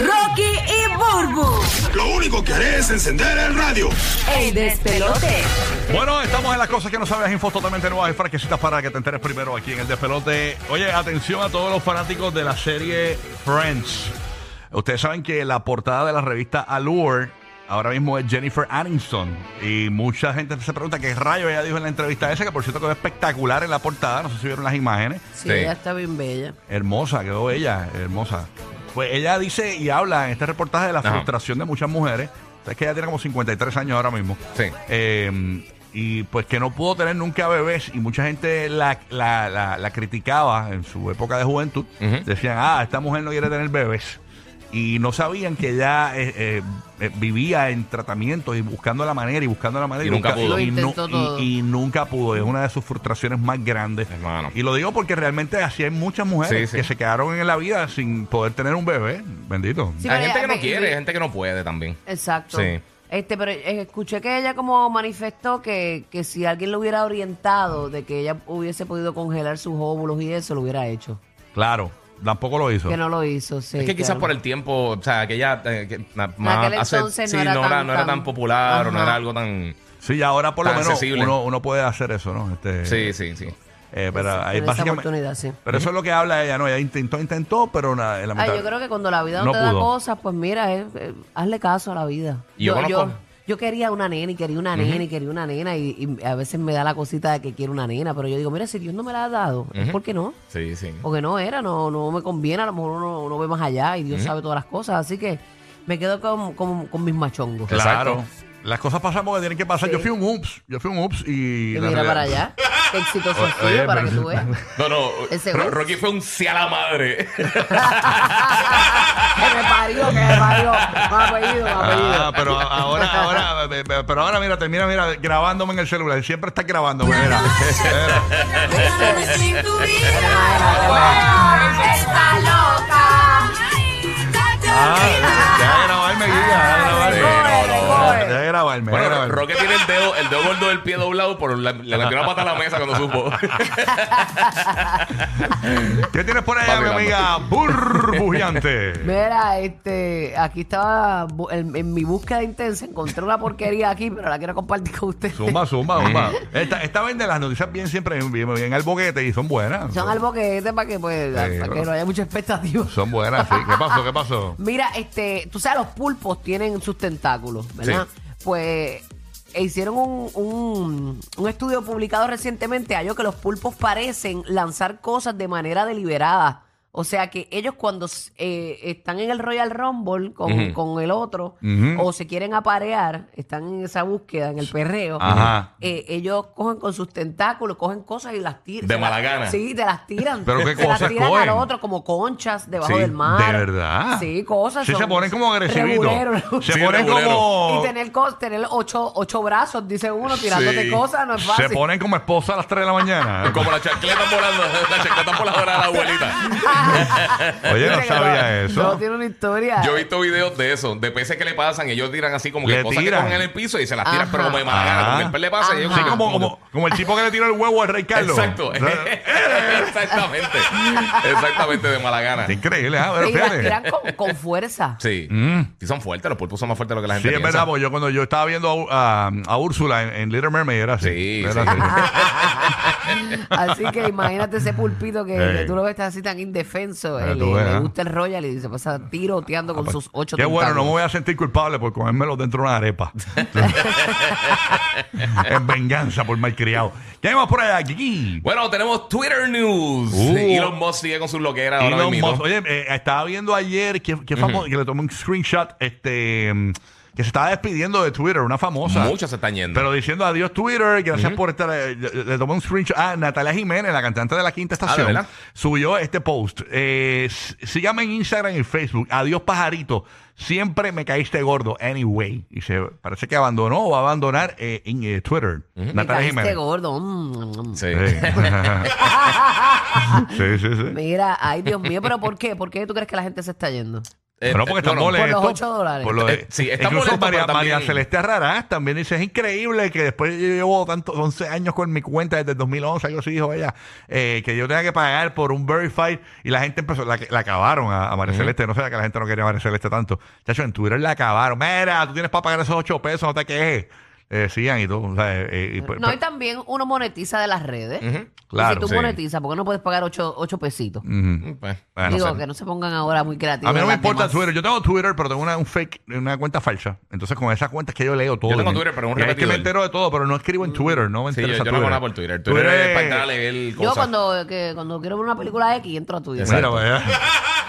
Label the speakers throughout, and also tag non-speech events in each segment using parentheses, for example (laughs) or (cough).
Speaker 1: Rocky y Burbu.
Speaker 2: Lo único que haré es encender el radio.
Speaker 1: El despelote.
Speaker 3: Bueno, estamos en las cosas que no sabes, infos totalmente nuevas y fresquecitas para que te enteres primero aquí en el despelote. Oye, atención a todos los fanáticos de la serie Friends. Ustedes saben que la portada de la revista Allure ahora mismo es Jennifer Aniston. Y mucha gente se pregunta qué rayo ella dijo en la entrevista esa, que por cierto quedó espectacular en la portada. No sé si vieron las imágenes.
Speaker 4: Sí, ella está bien bella.
Speaker 3: Hermosa, quedó ella, hermosa. Pues ella dice y habla en este reportaje de la
Speaker 5: Ajá.
Speaker 3: frustración de muchas mujeres. Es que ella tiene como 53 años ahora mismo.
Speaker 5: Sí.
Speaker 3: Eh, y pues que no pudo tener nunca bebés y mucha gente la, la- la- la criticaba en su época de juventud.
Speaker 5: Ujú.
Speaker 3: Decían, ah, esta mujer no quiere tener bebés. Y no sabían que ella eh, eh, eh, vivía en tratamientos y buscando la manera y buscando la manera.
Speaker 5: Y nunca pudo.
Speaker 3: Y,
Speaker 4: Lo
Speaker 3: nu-
Speaker 4: intentó
Speaker 3: y-
Speaker 4: todo.
Speaker 3: y nunca pudo. Es una de sus frustraciones más grandes.
Speaker 5: Hermano.
Speaker 3: Y lo digo porque realmente así hay muchas mujeres
Speaker 5: Sí, sí.
Speaker 3: que se quedaron en la vida sin poder tener un bebé. Bendito.
Speaker 4: Sí, pero
Speaker 5: hay gente
Speaker 4: ella-
Speaker 5: que no
Speaker 4: ve-
Speaker 5: quiere,
Speaker 4: ve-
Speaker 5: hay gente que no puede también.
Speaker 4: Exacto.
Speaker 5: Sí.
Speaker 4: Este, pero eh, escuché que ella como manifestó que, que si alguien lo hubiera orientado de que ella hubiese podido congelar sus óvulos y eso, lo hubiera hecho.
Speaker 3: Claro, tampoco lo hizo.
Speaker 4: Que no lo hizo, sí.
Speaker 5: Es que quizás
Speaker 4: claro.
Speaker 5: por el tiempo, o sea, que ya eh, que na-
Speaker 4: aquel entonces no
Speaker 5: sí,
Speaker 4: era
Speaker 5: no, era,
Speaker 4: tan-
Speaker 5: no era
Speaker 4: tan-
Speaker 5: tan popular o no
Speaker 4: Ajá.
Speaker 5: era algo tan...
Speaker 3: Sí, ya ahora por lo
Speaker 5: Tan
Speaker 3: menos
Speaker 5: accesible.
Speaker 3: uno, uno puede hacer eso, ¿no? Este,
Speaker 5: Sí, sí, sí.
Speaker 3: eh, pero
Speaker 4: Esa-
Speaker 3: ahí
Speaker 4: esa
Speaker 3: básicamente-
Speaker 4: oportunidad, sí.
Speaker 3: Pero eso es lo que habla ella, ¿no? Ella intentó, intentó, pero eh, nada,
Speaker 4: Ah, yo creo que cuando la vida no,
Speaker 3: No
Speaker 4: te da
Speaker 3: pudo.
Speaker 4: cosas, pues mira, eh, eh, hazle caso a la vida.
Speaker 5: Y yo
Speaker 4: yo,
Speaker 5: conozco-
Speaker 4: yo quería una nena y quería una nena y quería una nena y, y a veces me da la cosita de que quiero una nena, pero yo digo, mira, si Dios no me la ha dado, es porque no.
Speaker 5: Sí, sí.
Speaker 4: Porque no era, no, no me conviene, a lo mejor uno, uno ve más allá y Dios sabe todas las cosas. Así que me quedo con, con, con mis machongos.
Speaker 3: Claro.
Speaker 5: Exacto.
Speaker 3: Las cosas pasan porque tienen que pasar. Yo fui un ups, yo fui un ups
Speaker 4: Y
Speaker 3: y... la
Speaker 4: mira
Speaker 3: realidad-
Speaker 4: para allá. Qué exitoso
Speaker 3: Oye,
Speaker 4: ha sido, para
Speaker 3: pero-
Speaker 4: que tú veas. (laughs)
Speaker 5: No, no,
Speaker 4: Ese
Speaker 5: Ro-
Speaker 4: es.
Speaker 5: Rocky fue un sí a la madre.
Speaker 4: que me parió, que me parió. Con apellido, con apellido.
Speaker 3: (laughs) Ah,
Speaker 5: (laughs)
Speaker 3: pero ahora, ahora,
Speaker 4: (laughs)
Speaker 3: eh, eh, pero ahora, mira, mira, mira, grabándome en el celular. Siempre está grabándome,
Speaker 4: (laughs)
Speaker 3: mira. Mira.
Speaker 1: Sin tu vida. Está loca.
Speaker 3: Ah, deja de grabarme, Guía,
Speaker 5: Ah,
Speaker 3: deja de grabarme.
Speaker 5: Sí, no, no.
Speaker 3: Deja de grabarme. deja de
Speaker 5: (laughs) bueno,
Speaker 3: grabarme.
Speaker 5: Rocky tiene el dedo, el dedo gordo del pie doblado por la, le metió una pata a la mesa cuando
Speaker 3: (laughs)
Speaker 5: supo.
Speaker 3: ¿Qué tienes por allá,
Speaker 5: Papi,
Speaker 3: mi
Speaker 5: la- (laughs)
Speaker 3: amiga burbujeante?
Speaker 4: Mira, este, aquí estaba bu- en, en mi búsqueda intensa, encontré una porquería aquí, pero la quiero compartir con ustedes.
Speaker 3: Zumba,
Speaker 5: Mm.
Speaker 3: zumba, zumba. Esta, esta vende las noticias bien siempre bien, bien al boquete y son buenas.
Speaker 4: Son al boquete para que, pues,
Speaker 3: Sí,
Speaker 4: para que
Speaker 3: bueno.
Speaker 4: no haya mucha expectativa.
Speaker 3: Son buenas, sí. ¿Qué pasó? ¿Qué pasó?
Speaker 4: Mira, este, tú sabes, los pulpos tienen sus tentáculos, ¿verdad? Pues e hicieron un, un- un estudio publicado recientemente, halló que los pulpos parecen lanzar cosas de manera deliberada. O sea que ellos cuando eh, están en el Royal Rumble con,
Speaker 5: Ujú.
Speaker 4: con el otro
Speaker 3: Ujú.
Speaker 4: o se quieren aparear, están en esa búsqueda, en el perreo,
Speaker 3: Ajá.
Speaker 4: eh, ellos cogen con sus tentáculos, cogen cosas y las tiran.
Speaker 5: De
Speaker 4: se las-
Speaker 5: mala gana.
Speaker 4: Sí, te las tiran.
Speaker 3: Pero qué
Speaker 4: se las
Speaker 3: cosas
Speaker 4: tiran
Speaker 3: cogen.
Speaker 4: al otro como conchas debajo
Speaker 3: Sí,
Speaker 4: del mar.
Speaker 3: ¿De verdad?
Speaker 4: Sí, cosas.
Speaker 3: Sí,
Speaker 4: son-
Speaker 3: se ponen como agresivitos.
Speaker 4: Reguleros. (laughs)
Speaker 3: Se
Speaker 5: Sí,
Speaker 3: ponen
Speaker 5: regulero.
Speaker 3: como...
Speaker 4: Y tener, cos- tener ocho, ocho brazos, dice uno, tirándote
Speaker 5: Sí.
Speaker 4: cosas, no es fácil.
Speaker 3: Se ponen como esposa a las 3 de la mañana.
Speaker 5: (laughs) Como la chancleta volando, la chancleta voladora de la abuelita.
Speaker 3: Oye,
Speaker 4: Dice
Speaker 3: no
Speaker 4: que
Speaker 3: sabía
Speaker 4: No,
Speaker 3: eso.
Speaker 4: tiene una historia.
Speaker 5: Yo he visto videos de eso, de peces que le pasan, ellos tiran así como que
Speaker 3: Le
Speaker 5: cosas
Speaker 3: tiran.
Speaker 5: que cogen en el piso y se las tiran,
Speaker 4: Ajá.
Speaker 5: pero como de mala gana,
Speaker 3: Ah.
Speaker 5: como que el pez le pasa y ellos
Speaker 4: Ajá.
Speaker 3: Sí,
Speaker 5: se-
Speaker 3: como, como, como el tipo que le tiró el huevo al rey Carlos.
Speaker 5: Exacto. (laughs) Exactamente. Exactamente de mala gana.
Speaker 3: Increíble,
Speaker 4: (laughs)
Speaker 3: ¿ah? Pero
Speaker 4: Y las
Speaker 3: fíjate.
Speaker 4: tiran con, con
Speaker 3: (laughs)
Speaker 4: fuerza.
Speaker 5: Sí. Sí, son fuertes, los pulpos son más fuertes de lo que la
Speaker 3: Mm. Sí,
Speaker 5: gente
Speaker 3: es
Speaker 5: piensa.
Speaker 3: verdad, porque yo cuando yo estaba viendo a, a- a Úrsula en, en Little Mermaid era así.
Speaker 5: Sí,
Speaker 3: Era
Speaker 5: sí.
Speaker 3: así.
Speaker 5: (laughs)
Speaker 4: Así que imagínate ese pulpito que,
Speaker 3: Ey.
Speaker 4: que tú lo ves así tan indefenso.
Speaker 3: Para
Speaker 4: eh,
Speaker 3: que
Speaker 4: le,
Speaker 3: tú veas.
Speaker 4: le gusta el Royal y se pasa tiroteando con sus ocho
Speaker 3: Qué bueno, no me
Speaker 4: tentáculos.
Speaker 3: voy a sentir culpable por comérmelo dentro de una
Speaker 5: (laughs)
Speaker 3: arepa. en venganza por malcriado. ¿Qué hay más por allá, Kiki?
Speaker 5: Bueno, tenemos Twitter News.
Speaker 3: Uh.
Speaker 5: Elon Musk sigue con sus loqueras ahora
Speaker 3: Elon
Speaker 5: mismo.
Speaker 3: Musk. Oye, eh, estaba viendo ayer que, que, famo- que le tomé un screenshot este mm, que se estaba despidiendo de Twitter, una famosa.
Speaker 5: Muchas se están yendo.
Speaker 3: Pero diciendo adiós Twitter, gracias por estar. eh, Le, le tomé un screenshot. Ah, Natalia Jiménez, la cantante de la quinta
Speaker 5: Ah, ¿de
Speaker 3: estación,
Speaker 5: verdad?
Speaker 3: subió este post. Eh, s- sígame en Instagram y Facebook. Adiós, pajarito. Siempre me caíste gordo, anyway. Y se parece que abandonó o va a abandonar eh, en eh, Twitter.
Speaker 4: Me
Speaker 3: Natalia
Speaker 4: caíste
Speaker 3: Jiménez.
Speaker 4: gordo. mm.
Speaker 5: Sí.
Speaker 3: eh,
Speaker 5: (laughs)
Speaker 4: (laughs)
Speaker 5: Eh,
Speaker 3: Sí. (laughs) sí, sí, sí.
Speaker 4: Mira, ay Dios mío, pero ¿por qué? ¿Por qué tú crees que la gente se está yendo?
Speaker 5: Eh,
Speaker 3: Pero porque
Speaker 5: eh,
Speaker 3: están
Speaker 5: bueno,
Speaker 3: molestos.
Speaker 4: Por los ocho dólares.
Speaker 3: Por lo de-
Speaker 5: Eh, sí, está
Speaker 3: Incluso
Speaker 5: molesto,
Speaker 3: María,
Speaker 5: pero también-
Speaker 3: María Celeste Arraraz también dice, es increíble que después yo llevo tantos 11 años con mi cuenta desde el 2011, algo así dijo ella, eh, que yo tenga que pagar por un verified y la gente empezó, la, la acabaron a, a María Celeste, no sé, que la gente no quería a María Celeste tanto. Chacho, en Twitter la acabaron. Mira, tú tienes para pagar esos 8 pesos, no te quejes. Eh, decían y todo. o sea, eh, y pues-
Speaker 4: No, y también uno monetiza de las redes. Y
Speaker 3: Claro,
Speaker 4: si tú
Speaker 3: sí.
Speaker 4: monetizas, ¿por qué no puedes pagar ocho, ocho pesitos?
Speaker 3: Ujú.
Speaker 5: Pues,
Speaker 3: Bueno,
Speaker 4: Digo,
Speaker 3: no sé.
Speaker 4: que no se pongan ahora muy creativos.
Speaker 3: A mí no me
Speaker 4: las
Speaker 3: importa
Speaker 4: demás.
Speaker 3: Twitter. Yo tengo Twitter, pero tengo una, un fake, una cuenta falsa. Entonces, con esa cuenta es que yo leo todo.
Speaker 5: Yo tengo
Speaker 3: Y me-
Speaker 5: Twitter, pero es un
Speaker 3: y ahí Es que me
Speaker 5: repetidor.
Speaker 3: entero de todo, pero no escribo en Twitter. No me
Speaker 5: Sí,
Speaker 3: interesa
Speaker 5: yo, yo no
Speaker 3: Twitter.
Speaker 5: hago nada por Twitter. Twitter es para entrar a leer
Speaker 4: Yo
Speaker 5: cosas.
Speaker 4: cuando, que, cuando quiero ver una película X, entro a Twitter.
Speaker 3: Mira, vaya.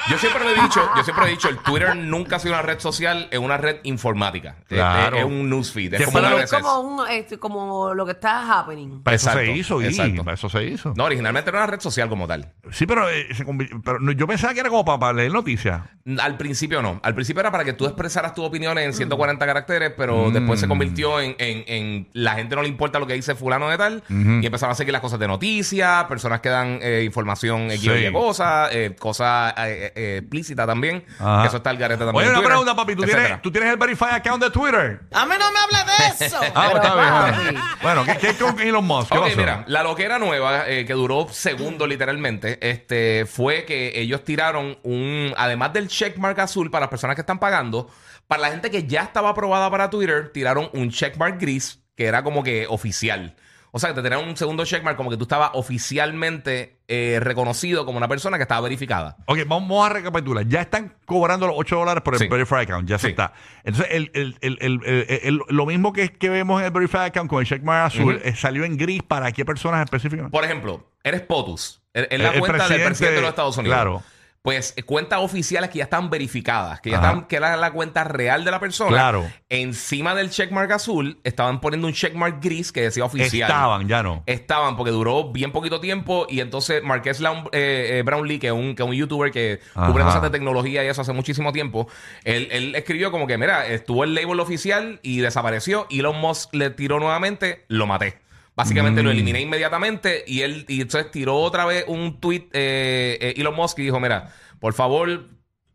Speaker 5: Yo siempre lo he dicho, yo siempre lo he dicho, el Twitter nunca ha sido una red social, es una red informática. Es-
Speaker 3: Claro.
Speaker 5: Es, es un newsfeed.
Speaker 3: Que
Speaker 5: Es como
Speaker 3: para
Speaker 5: una
Speaker 3: lo-
Speaker 4: Pero
Speaker 5: red
Speaker 4: es como, un, este, como lo que está happening.
Speaker 3: Para eso se
Speaker 5: Exacto,
Speaker 3: hizo, y
Speaker 5: exacto.
Speaker 3: para eso se hizo.
Speaker 5: No, originalmente era una red social como tal.
Speaker 3: Sí, pero, eh, se convi- pero no, yo pensaba que era como para, para leer noticias.
Speaker 5: Al principio no. Al principio era para que tú expresaras tus opiniones en 140 caracteres, pero después
Speaker 3: Mm.
Speaker 5: se convirtió en, en- en la gente no le importa lo que dice fulano de tal. Y empezaron a seguir las cosas de noticias, personas que dan eh, información X o
Speaker 3: Sí.
Speaker 5: Y cosas, eh, cosas eh, eh, explícitas también.
Speaker 3: Ajá.
Speaker 5: Que eso está el garete también.
Speaker 3: Oye,
Speaker 5: en
Speaker 3: una
Speaker 5: Twitter,
Speaker 3: pregunta, papi. ¿Tú
Speaker 5: etcétera.
Speaker 3: tienes, ¿Tú tienes el Verify account de Twitter?
Speaker 6: A mí no me hable de eso.
Speaker 3: Ah, pues
Speaker 4: Pero,
Speaker 3: está bien.
Speaker 4: papi.
Speaker 3: bueno. Bueno, ¿qué, qué con Elon Musk? ¿Qué
Speaker 5: Ok,
Speaker 3: pasó?
Speaker 5: mira, la loquera nueva, eh, que duró segundos literalmente, este, fue que ellos tiraron un, además del checkmark azul para las personas que están pagando, para la gente que ya estaba aprobada para Twitter, tiraron un checkmark gris, que era como que oficial. O sea, que te tiraron un segundo checkmark como que tú estabas oficialmente eh, reconocido como una persona que estaba verificada.
Speaker 3: Ok, vamos a recapitular. Ya están cobrando los 8 dólares por el
Speaker 5: Sí.
Speaker 3: Verify Account. Ya se
Speaker 5: Sí.
Speaker 3: está. Entonces, el, el- el- el- el- el- lo mismo que, que vemos en el Verify Account con el checkmark azul, eh, salió en gris para qué personas específicamente.
Speaker 5: Por ejemplo, eres POTUS. er, Es es la
Speaker 3: Eh, El- el
Speaker 5: cuenta del
Speaker 3: presidente-
Speaker 5: presidente de los Estados Unidos.
Speaker 3: claro.
Speaker 5: Pues eh, cuentas oficiales que ya están verificadas, que ya
Speaker 3: Ajá.
Speaker 5: están, que era la cuenta real de la persona.
Speaker 3: Claro.
Speaker 5: Encima del checkmark azul, estaban poniendo un checkmark gris que decía oficial.
Speaker 3: Estaban, ya no.
Speaker 5: Estaban, porque duró bien poquito tiempo. Y entonces Marqués Laun- eh, eh, Brownlee, que es un, que es un youtuber que cubre
Speaker 3: Ajá.
Speaker 5: cosas de tecnología y eso hace muchísimo tiempo, él, él escribió como que, mira, estuvo el label oficial y desapareció. Elon Musk le tiró nuevamente, lo maté. Básicamente
Speaker 3: Mm.
Speaker 5: lo eliminé inmediatamente y él y entonces tiró otra vez un tweet eh, eh, Elon Musk y dijo, mira, por favor,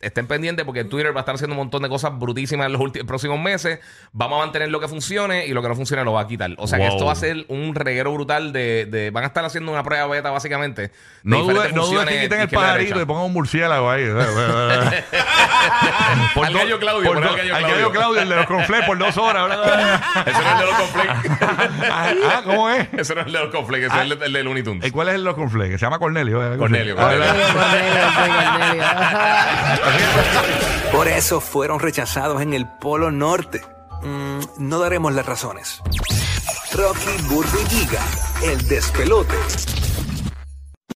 Speaker 5: Estén pendientes porque Twitter va a estar haciendo un montón de cosas brutísimas en los ulti- próximos meses. Vamos a mantener lo que funcione y lo que no funcione lo va a quitar. O sea que
Speaker 3: Wow.
Speaker 5: esto va a ser un reguero brutal de, de- Van a estar haciendo una prueba beta básicamente. de
Speaker 3: No
Speaker 5: diferentes
Speaker 3: dudes no dudes
Speaker 5: funciones
Speaker 3: que quiten el
Speaker 5: izquierda y
Speaker 3: pajarito y
Speaker 5: derecha.
Speaker 3: pongan un murciélago ahí. (laughs) Por
Speaker 5: Al
Speaker 3: dos-
Speaker 5: gallo Claudio,
Speaker 3: por
Speaker 5: pon al
Speaker 3: dos-
Speaker 5: gallo
Speaker 3: al
Speaker 5: Claudio.
Speaker 3: gallo Claudio, el de los conflés, por dos
Speaker 5: (laughs)
Speaker 3: horas.
Speaker 5: Ese no es el de los
Speaker 3: (laughs)
Speaker 5: conflictos.
Speaker 3: ah, ah, ¿cómo es?
Speaker 5: Ese no es el de los conflictos. Ese es el de, el de Looney Tunes.
Speaker 3: ¿Y ¿Cuál es el de los conflés? Que se llama Cornelio. ¿eh?
Speaker 5: Cornelio,
Speaker 3: Ah,
Speaker 5: Cornelio.
Speaker 4: Cornelio, Cornelio, Cornelio.
Speaker 7: Por eso fueron rechazados en el Polo Norte. Mm, no daremos las razones. Rocky Burbu y Giga, el despelote.